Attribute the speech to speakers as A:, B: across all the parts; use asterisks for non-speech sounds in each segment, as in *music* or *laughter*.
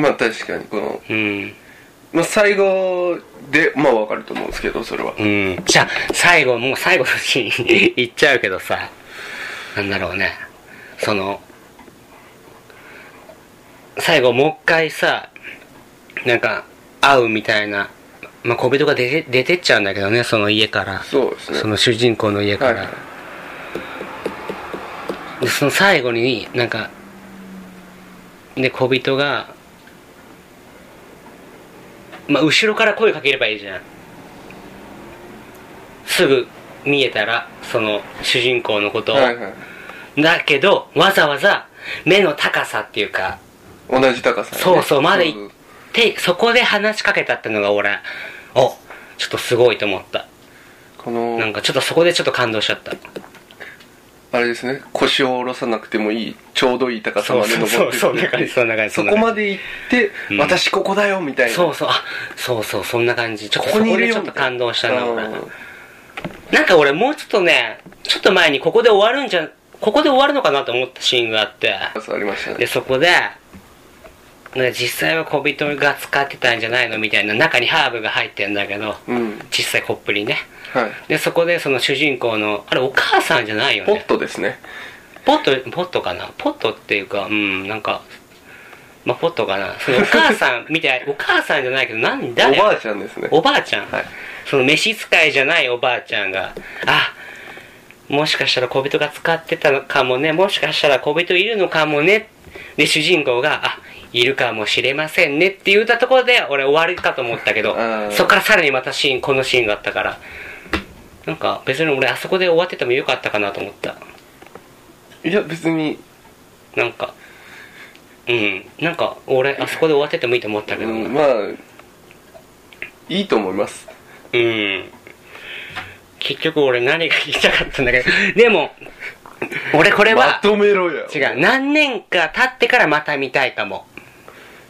A: まあ確かにこの、
B: うん
A: まあ、最後でまあわかると思うんですけどそれは
B: うんじゃあ最後もう最後のシーン言っちゃうけどさなんだろうねその最後もう一回さなんか会うみたいな、まあ、小人が出て出てっちゃうんだけどねその家から
A: そうですね
B: その主人公の家から、
A: はい
B: でその最後になんかで小人がまあ後ろから声かければいいじゃんすぐ見えたらその主人公のことを、
A: はいはい
B: だけどわざわざ目の高さっていうか
A: 同じ高さ、ね、
B: そうそうまで行ってそこで話しかけたってのが俺おちょっとすごいと思った
A: こ
B: なん
A: の
B: かちょっとそこでちょっと感動しちゃった
A: あれですね腰を下ろさなくてもいいちょうどいい高さまで登って
B: そうそうそうんな感じそんな感じ
A: そこまで行って、
B: うん
A: 私ここだよみたいな
B: そうそうあそうそうそんな感じちょ
A: ここにいるよ
B: そこでちょっと感動したな
A: うん
B: 俺なんか俺もうちょっとねちょっと前にここで終わるんじゃここで終わるのかなと思ったシーンがあって
A: そうありました
B: で
A: ね
B: そこでね実際は小人が使ってたんじゃないのみたいな中にハーブが入ってんだけど
A: うん
B: 実際コップにね
A: はい
B: でそこでその主人公のあれお母さんじゃないよ
A: ポッ
B: ね
A: トですね
B: ポットポットかなポットっていうかうんなんかまあポットかなそのお母さんみたいお母さんじゃないけど何誰
A: おばあちゃんですね
B: おばあちゃん、
A: はい
B: その召使いじゃないおばあちゃんがあもしかしたら小人が使ってたのかもねもしかしたら小人いるのかもねで主人公があいるかもしれませんねって言ったところで俺終わりかと思ったけど
A: あー
B: そこからさらにまたシーンこのシーンがあったからなんか別に俺あそこで終わっててもよかったかなと思った
A: いや別に
B: なんかうんなんか俺あそこで終わっててもいいと思ったけ
A: う
B: ど、
A: んまあいいと思います
B: うん。結局俺何が言いたかったんだけど、でも、俺これ
A: ま
B: は、
A: とめろよ
B: 違う、何年か経ってからまた見たいかも。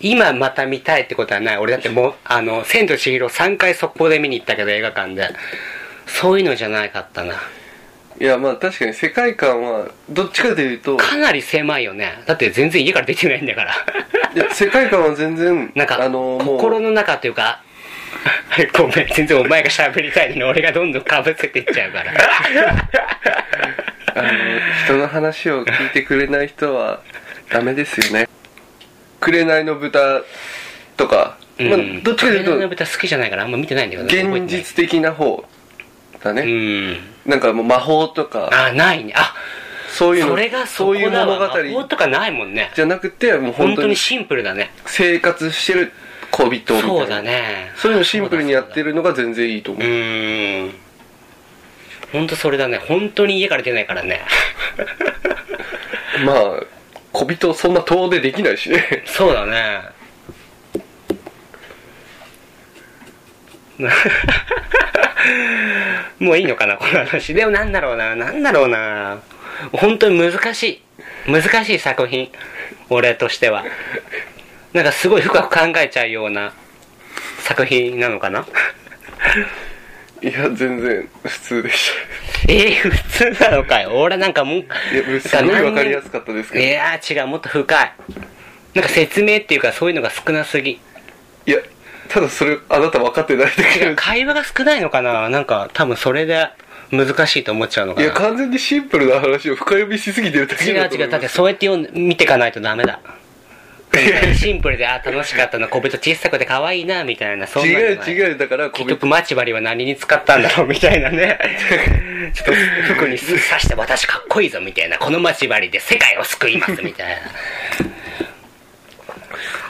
B: 今また見たいってことはない。俺だってもう、あの、千と千尋3回速攻で見に行ったけど映画館で。そういうのじゃなかったな。
A: いやまあ確かに世界観はどっちかというと
B: かなり狭いよね。だって全然家から出てないんだから。 *laughs*
A: いや世界観は全然
B: なんか、
A: あのもう
B: 心の中というか、 *laughs* ごめん、全然お前が喋りたいのに俺がどんどん被せていっちゃうから。
A: *laughs* あの人の話を聞いてくれない人はダメですよね「紅の豚」とか、まあ
B: うん、
A: どっちかと
B: 紅の
A: いうと
B: 豚好きじゃないからあんま見てないんだよな覚え
A: 現
B: てない
A: 実的な方だ
B: う
A: ね、
B: ん
A: なんかもう魔法とか
B: あないねあ
A: そういうの
B: それがそ
A: そ
B: こ
A: ういう
B: だ
A: 物
B: わ魔法
A: 語
B: とかないもんね
A: じゃなくてもう
B: 本
A: 本
B: 当
A: 当
B: に
A: に
B: シンプルだね
A: 生活してる小人みたいな
B: そうだね
A: そういうのシンプルにやって
B: る
A: るのが全然いいと思
B: う
A: う
B: ーん本当それだね本当に家から出ないからね
A: *laughs* まあ小人そんな遠出できないしね *laughs*
B: そうだね *laughs* もういいのかなこの話でもなんだろうななんだろうな本当に難しい難しい作品俺としてはなんかすごい深く考えちゃうような作品なのかない
A: や全然普通でし
B: えー、普通なのかい俺なんかもう
A: たいやすごい分かりやすかったですけ
B: い
A: ど
B: やー違うもっと深いなんか説明っていうかそういうのが少なすぎ
A: いやただそれあなた分かってないだけで
B: 会話が少ないのかななんか多分それで難しいと思っちゃうのか
A: い
B: な
A: や完全にシンプルな話を深読みしすぎてるだけ
B: 違
A: だ
B: う
A: と思
B: 違う
A: いま
B: だっ
A: す
B: てそうやって読ん見ていかないとダメだシンプルであ楽しかったな小人小さくて可愛いなみたいなそんなの
A: 違う
B: が
A: 違うだから小
B: 結
A: 人
B: 局待ち針は何に使ったんだろうみたいなね *laughs* ちょっと服に刺して私かっこいいぞみたいなこの待ち針で世界を救いますみた *laughs* いな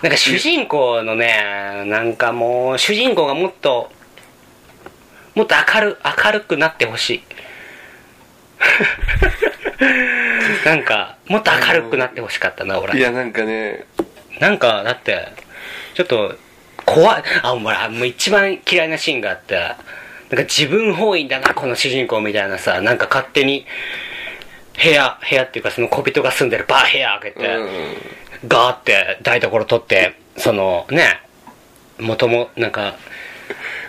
B: なんか主人公のねなんかもう主人公がもっともっと明る明るくなってほ *laughs* しいなんかもっと明るくなってほしかったな俺
A: いやなんかね
B: なんか、だって、ちょっと、怖い。あ、ほら、もう一番嫌いなシーンがあって、なんか自分本位だな、この主人公みたいなさ、なんか勝手に、部屋、部屋っていうかその小人が住んでるバー部屋開け
A: うん
B: て、ガー
A: *laughs*
B: って台所取って、そのね、元も、なんか、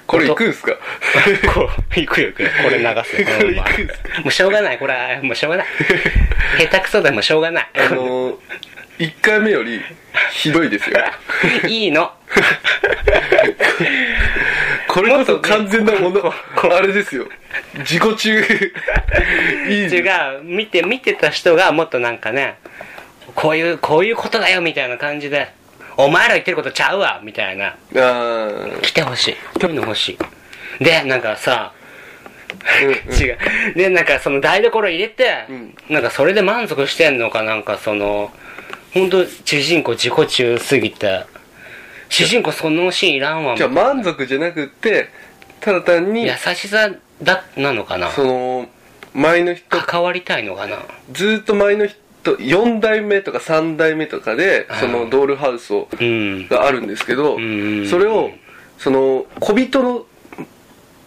A: これ行くんすか
B: こう、行くよ、行くよ。これ流すよ。
A: こ *laughs* れ行くんす
B: うんもうしょうがない。これは、もうしょうがない。下手くそでもしょうがない。
A: *laughs* あの1回目よりひどいですよ
B: *laughs* いいの。
A: これこそ完全なも
B: も
A: の
B: っ
A: あれですよ自己
B: *laughs*
A: 中いい
B: 違
A: で
B: う。見て、見てた人がもっとなんかね、こういう、こういうことだよ、みたいな感じで、お前ら言ってることちゃうわ、みたいな。
A: すあー
B: 来てほしい。来るの欲しい。で、なんかさ、違う。で、なんかその台所入れて、
A: うん
B: なんかそれで満足してんのかなんかその、ほんと主人公自己中すぎて、主人公そのシーンいらんわ。
A: じゃあ
B: みたい
A: 満足じゃなくってただ単に
B: な優しさだ、なのかな
A: その前の人
B: 関わりたいのかな
A: ずーっと前の人4代目とか3代目とかで
B: うん
A: そのドールハウスを
B: うん。
A: があるんですけど、
B: うん
A: それをその小人の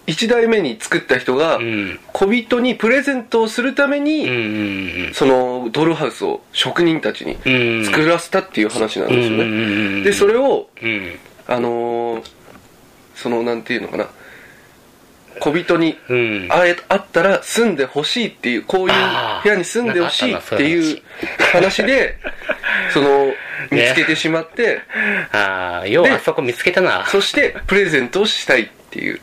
A: 1代目に作った人が、
B: うん。
A: 小人にプレゼントをするため
B: うん。う
A: に、
B: ん
A: そのドールハウスを職人たちに
B: うん。
A: 作らせたっていう話なんですよね、
B: うんうんうんうん
A: でそれを
B: うん。
A: あのーそのなんていうのかな小人に
B: うん。
A: あえあったら住んでほしいっていうこういう
B: あー
A: 部屋に住んでほしいってい
B: なん
A: う話
B: *laughs*
A: でその見
B: ね
A: つけてしまって、
B: ああ、よう
A: で
B: あそこ見つけたな。
A: そしてプレゼントをしたいっていう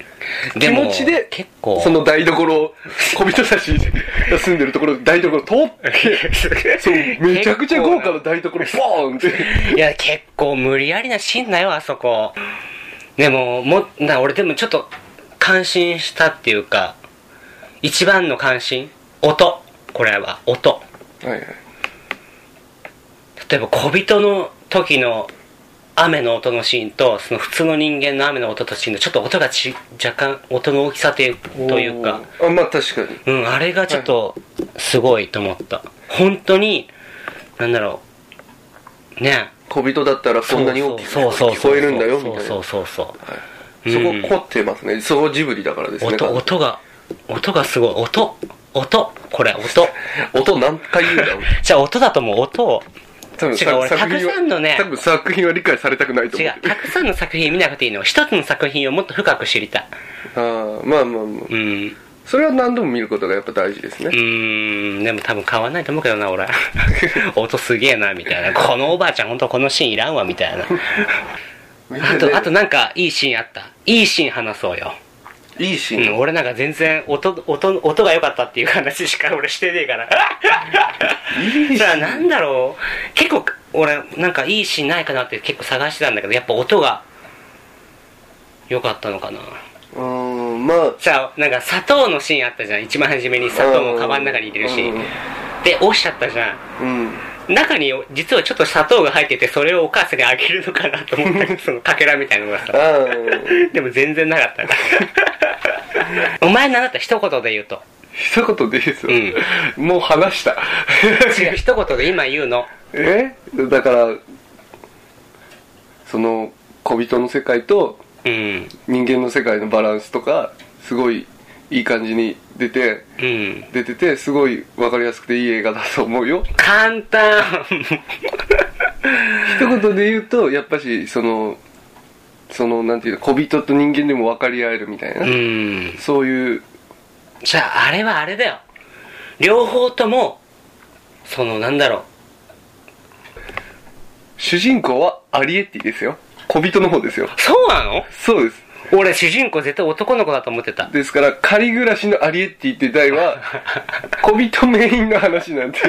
B: で
A: 気
B: も
A: 持ちで
B: 結構 *laughs*
A: その台所を小人たちが *laughs* 住んでるところ台所通
B: *laughs*
A: ってそうめちゃくちゃ豪華な台所ボーンって
B: いや、結構無理やりなシーンだよ、あそこ。でも、も、な、俺でもちょっと、感心したっていうか、一番の関心音。これは、音。
A: はいはい
B: 例えば、小人の時の雨の音のシーンと、その普通の人間の雨の音とシーンの、ちょっと音がち、若干、音の大きさという *laughs* というか、
A: おーあまあ確かに
B: うん、あれがちょっと、すごいと思った。本当に、なんだろう、ね。
A: 小人だったらこんなに大きく
B: そうそう
A: 聞
B: そう
A: こえるんだよみたいな
B: そうそうそうそう。
A: はいそこ凝ってますねそこジブリだからですね
B: 音音が音がすごい音音これ音
A: *laughs* 音何回言うんだろう
B: じゃあ音だともう音を
A: 多分
B: 違う俺たくさんのね
A: 多分作品は理解されたくないと
B: 違
A: 思う
B: うたくさんの作品見なくていいの一つの作品をもっと深く知りたい
A: あーまあまあまあ
B: うん
A: それは何度も見ることがやっぱ大事です
B: う
A: ね
B: ーんでも多分買わないと思うけどな俺 *laughs* 音すげえなみたいなこのおばあちゃん本当このシーンいらんわみたいなあとあとなんかいいシーンあったいいシーン話そうよ、
A: いいシ
B: う
A: ーン
B: ん、俺なんか全然音音音が良かったっていう話しか俺してねえから *laughs*
A: いいシ
B: じゃ
A: ー
B: あ
A: ン
B: なんだろう結構俺なんかいいシーンないかなって結構探してたんだけどやっぱ音が良かったのかな
A: うーんまあ
B: さあなんか砂糖のシーンあったじゃん一番初めに砂糖もカバンの中に入れるシー
A: うん
B: ンで落ちちゃったじゃ
A: うん
B: ん中に実はちょっと砂糖が入っててそれをお母さんにあげるのかなと思ったけどそのかけらみたいなのが
A: あ *laughs*
B: さ
A: ー
B: でも全然なかったなお前なんだった一言で言うと
A: 一言でいいですよもう話した
B: 違う一言で今言うの
A: *laughs* えだからその小人の世界と
B: うん
A: 人間の世界のバランスとかすごいいい感じに出て
B: うん
A: 出ててすごい分かりやすくていい映画だと思うよ
B: 簡単
A: 一言で言うとやっぱしそのそのなんていうの小人と人間でも分かり合えるみたいな、
B: うん
A: そういう
B: じゃああれはあれだよ両方ともそのなんだろ
A: 主人公はアリエッティですよ小人の方ですよ
B: うそうなの
A: そうです
B: 俺主人公絶対男の子だと思ってた
A: ですから仮暮らしのアリエッティって題
B: *laughs*
A: は小人メインの話なんで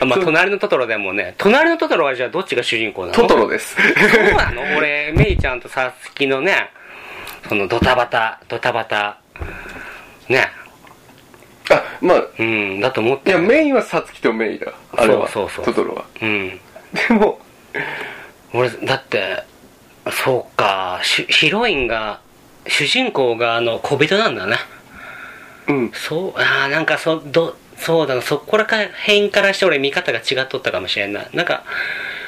B: あまあ
A: そう
B: 隣のトトロでもね隣のトトロはじゃあどっちが主人公なの
A: トトロです
B: *laughs* そうなの俺メイちゃんとサツキのねそのドタバタドタバタね
A: あまあ
B: うんだと思っ
A: い
B: て
A: やメインはサツキとメイだあれは
B: そうそうそう
A: トトロは
B: うん
A: でも
B: 俺だってそうかしヒロインが主人公があの小人なんだね
A: うん
B: そうああなんかそどそうだなそこらか辺からして俺見方が違っとったかもしれんないなんか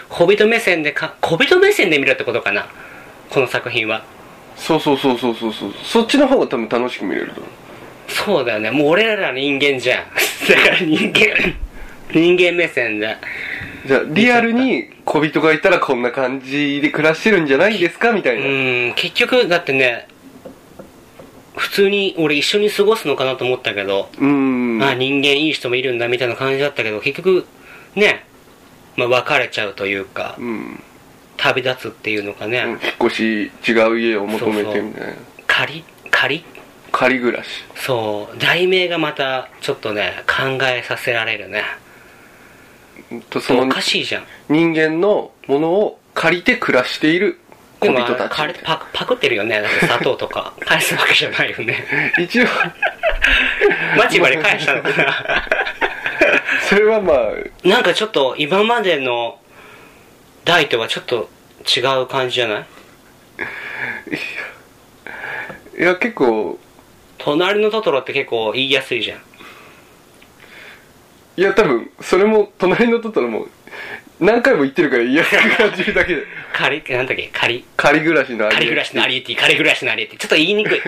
B: 小人目線でか小人目線で見るってことかなこの作品は
A: そうそうそうそうそうそうそっちの方が多分楽しく見れると思う
B: そうだよねもう俺ら人間じゃん *laughs* だから人間人間目線で
A: じゃあリアルに小人がいたらこんな感じで暮らしてるんじゃないですかみた
B: う
A: いな、
B: ーん結局だってね普通に俺一緒に過ごすのかなと思ったけど、
A: うん
B: あ人間いい人もいるんだみたいな感じだったけど結局ね、まあ、別れちゃうというか、
A: うん
B: 旅立つっていうのかね、
A: 引っ越し違う家を求めてみたいな
B: 仮仮
A: 仮暮らし
B: そう題名がまたちょっとね考えさせられるね
A: うんとそ
B: お
A: の
B: かしいじゃん
A: 人間のものを借りて暮らしている
B: で
A: 恋
B: も
A: 人
B: あれ
A: たち
B: かれパクパクってるよねだって砂糖とか返すわけじゃないよね
A: *laughs* 一応
B: 待ち針で返したのかな
A: それはまあ
B: なんかちょっと今までの大とはちょっと違う感じじゃない
A: いや結構
B: 隣のトトロって結構言いやすいじゃん
A: いや多分それも隣のトトロも何回も言ってるから嫌な感じるだけ
B: *laughs*
A: で
B: 仮なんだっけ仮
A: 仮暮らしのアリエッティ
B: 仮暮らしのアリエッティ仮暮らしのアリエッティちょっと言いにくい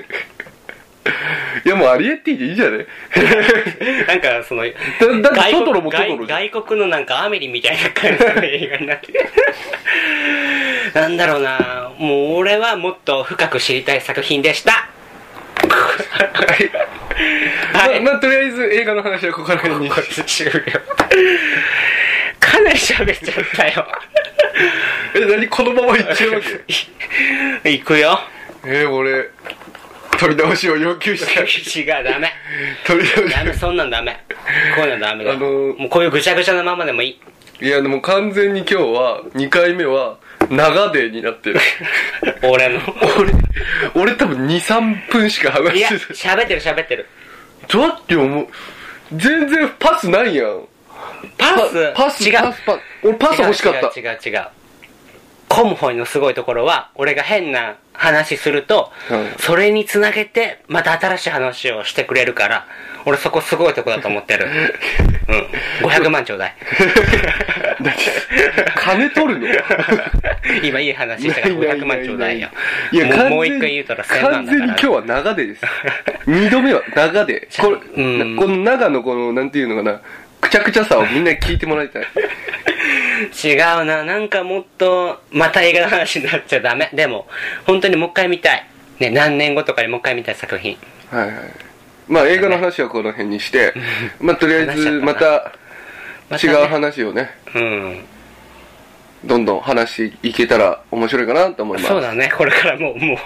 A: いやもうアリエッティでいいじゃね
B: *laughs* なんかその
A: だだってトトロもトトロじゃん
B: 外外外国のなんかアメリみたいな感じの映画に
A: *laughs*
B: なってるなんだろうなもう俺はもっと深く知りたい作品でした *laughs* はい
A: ままあとりあえず映画の話はここら辺に
B: これ終了 *laughs* かなり喋っちゃったよ *laughs*
A: え何このまま行っちゃうわけ
B: 行くよ
A: *laughs* えー、俺取り直しを要求した *laughs*
B: 違うダメ
A: 取り
B: ダ
A: 直
B: メそんなんダメこういうのダメだ、
A: あのー
B: もうこういうぐちゃぐちゃなままでもいい
A: しいやでも完全に今日は2回目は長でになってる
B: 俺の
A: *laughs* 俺俺多分23分しか話
B: いや
A: してない
B: 喋ってる喋ってる
A: だって思う全然パスないやん
B: パス
A: パパス
B: 違う
A: パスパス俺パス欲しかった
B: 違う違う違うコムホイのすごいところは俺が変な話すると、
A: うん
B: それにつなげてまた新しい話をしてくれるから俺そこすごいとこだと思って
A: *laughs*
B: るうん500万ちょうだい *laughs*
A: *laughs* 金取るの
B: 今いい話したから500万ちょうだいよ
A: いや
B: もう
A: 完全に
B: もう一回言うたら1000
A: 完
B: 万だか
A: 全に
B: ら
A: 今日は長で
B: *laughs*
A: です2度目は長で
B: じゃあ
A: これ、
B: うん
A: なこの長のこのなんていうのかなくちゃくちゃさをみんな聞いてもらい
B: *laughs*
A: たい
B: 違うななんかもっとまた映画の話になっちゃダメでも本当にもう一回見たいね何年後とかにもう一回見たい作品
A: はいはいまあ映画の話はこの辺にして、まあとりあえずまた
B: また
A: 違
B: ね
A: う話をね
B: うん
A: どんどん話していけたら面白いかなと思います
B: そうだねこれからもうもう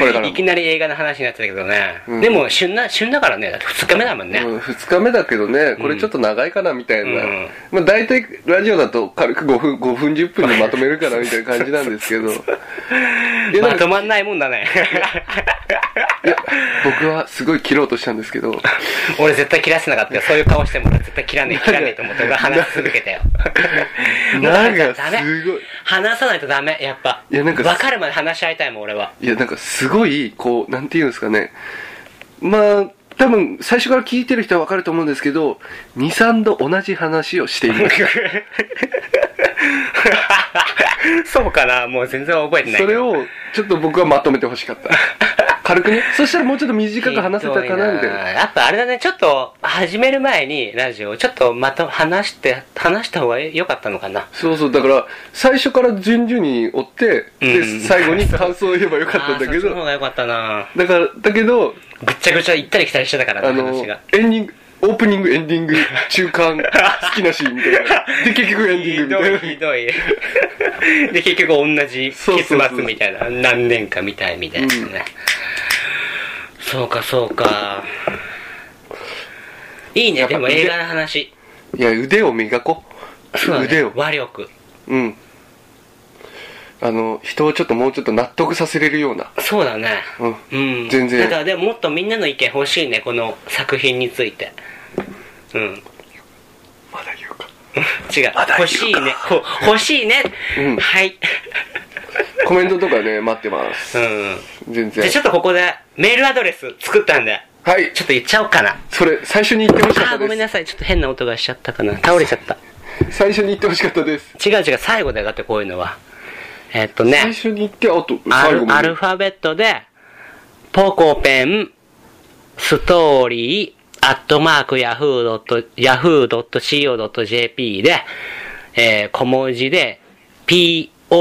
A: これからも
B: いきなり映画の話になってたけどね、
A: うん
B: でも旬な旬だからねだって2日目だもんね、
A: うん、2日目だけどね、これちょっと長いかなみたいな、
B: うん
A: まあ、大体ラジオだと軽く5分 ,5 分10分にまとめるかなみたいな感じなんですけ
B: *laughs*
A: ど、いやな
B: ま
A: んか
B: とまんないもんだね *laughs*
A: 僕はすごい切ろうとしたんですけ
B: *laughs*
A: ど、
B: 俺絶対切らせなかったよそういう顔しても俺絶対切らねえ切らねえと思って俺は話し続けたよ
A: なん
B: もう
A: か
B: ダメ
A: すごい、
B: 話さないとダメやっぱ
A: いやなんか
B: 分かるまで話し合いたいもん
A: *laughs*
B: 俺はい
A: や、なんかすごい、こう、なんていうんですかね、まあ、多分最初から聞いてる人は分かると思うんですけど、2、3度同じ話をしてい
B: *laughs*
A: ます。
B: そうかなもう全然覚えてない
A: それをちょっと僕はまとめてほしかった。軽くね、そしたらもうちょっと短く話せたかなみたい
B: *laughs*
A: な。
B: やっぱあれだねちょっと始める前にラジオちょっとまた話して話した方が良かったのかな
A: そうそう、だから、最初から順々に追って、
B: うん
A: で、最後に感想を言えばよかったんだけ
B: *laughs* あーそっちの方
A: ど、
B: が良かったな
A: だから、だけど、
B: ぐっちゃぐちゃ行ったり来たりしてたから
A: あ
B: ね
A: の、
B: 話
A: エ
B: が
A: ンディング、オープニング、エンディング、中間、好きなシーンみたいな。
B: *laughs*
A: で、結局エンディングみたいな。
B: ひどいひどいで結局同じ
A: そう
B: 結
A: そ
B: 末
A: うそう
B: みたいな何年かみたいみたいなね、そうかそうかいいね
A: やっぱ
B: でも
A: 腕
B: 映画の話
A: いや、腕を磨こ
B: そうだ
A: う。
B: ね
A: 腕を。
B: 和力
A: うん。あの、人をちょっともうちょっと納得させれるような。
B: そうだね
A: うん
B: うん
A: 全然
B: だからでももっとみんなの意見欲しいねこの作品についてうん違う
A: まだ言うか。だ言うか
B: 欲しいねほ欲しいね、
A: うん
B: はい
A: コメントとかね、待ってます。
B: うん
A: 全然
B: で。ちょっとここでメールアドレス作ったんで
A: はい
B: ち。ょっと言っちゃおうかな
A: それ、最初に言ってほしかっ
B: あ
A: た
B: ーごめん
A: で
B: なさいちょっと変な音がしちゃったかな倒れちゃった
A: す。最初に言ってほしかったです。
B: 違う違う最後だよだってこういうのはえーっと
A: 最
B: ね
A: 初に言って、あと、
B: ア
A: 最後
B: ル
A: ま
B: ア
A: で
B: ル。ファベットでポコペンストーリーアットマークヤフー .yahoo.co.jp で、えー小文字で *laughs* POKOPEN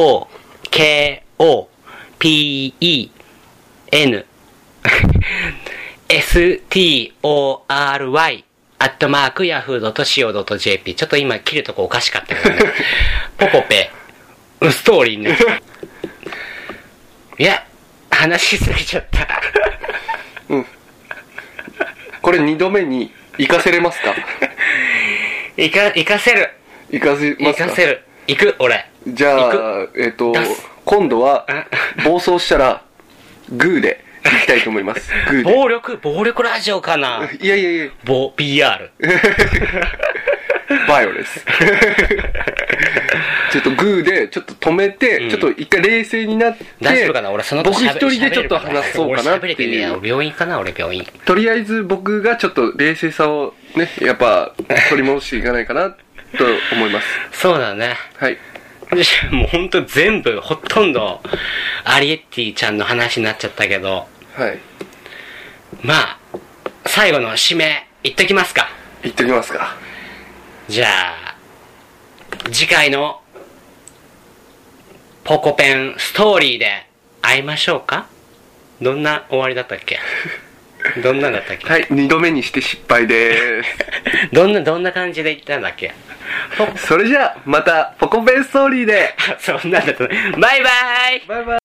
B: story アットマーク yahoo.co.jp ちょっと今切るとこおかしかったけど
A: *laughs*
B: ねポコペうんストーリーになっちゃったいや話しすぎちゃった *laughs*
A: うん。これ2度目に行かせれ
B: *laughs*
A: ますか
B: いか行かせる
A: 行かせま
B: 行
A: すか
B: かせる行く俺
A: じゃあ
B: 行、
A: えっ、と
B: 出す、
A: 今度は
B: *laughs* あ、
A: 暴走したら、グーで行きたいと思い
B: *laughs*
A: ます。グーで。
B: 暴力暴力ラジオかない
A: やいやいや、
B: ぼ PR
A: バイオです。 *laughs* ちょっとグーで、ちょっと止めて、
B: うん
A: ちょっと一回冷静になって、
B: 大丈夫かな俺その子
A: 僕
B: 喋
A: 一人でちょっと話そうかなって
B: 喋れてねえ
A: い
B: や
A: う。
B: 俺病院かな俺病院
A: とりあえず僕がちょっと冷静さをね、やっぱ取り戻していかないかなと思います。
B: そうだね
A: はい。
B: もうほんと全部ほとんどアリエッティちゃんの話になっちゃったけど
A: はい。
B: まあ最後の締めいっときますか
A: 行ってきますか。
B: じゃあ次回のポコペンストーリーで会いましょうかどんな終わりだったっけどんなんだったっけ
A: はい、二度目にして失敗です。
B: どんなどんな感じで言ったんだっけ *laughs* ポコ
A: それじゃあ、また、ポコペンストーリーで。
B: そんなんだったバイバイ
A: バイバイ。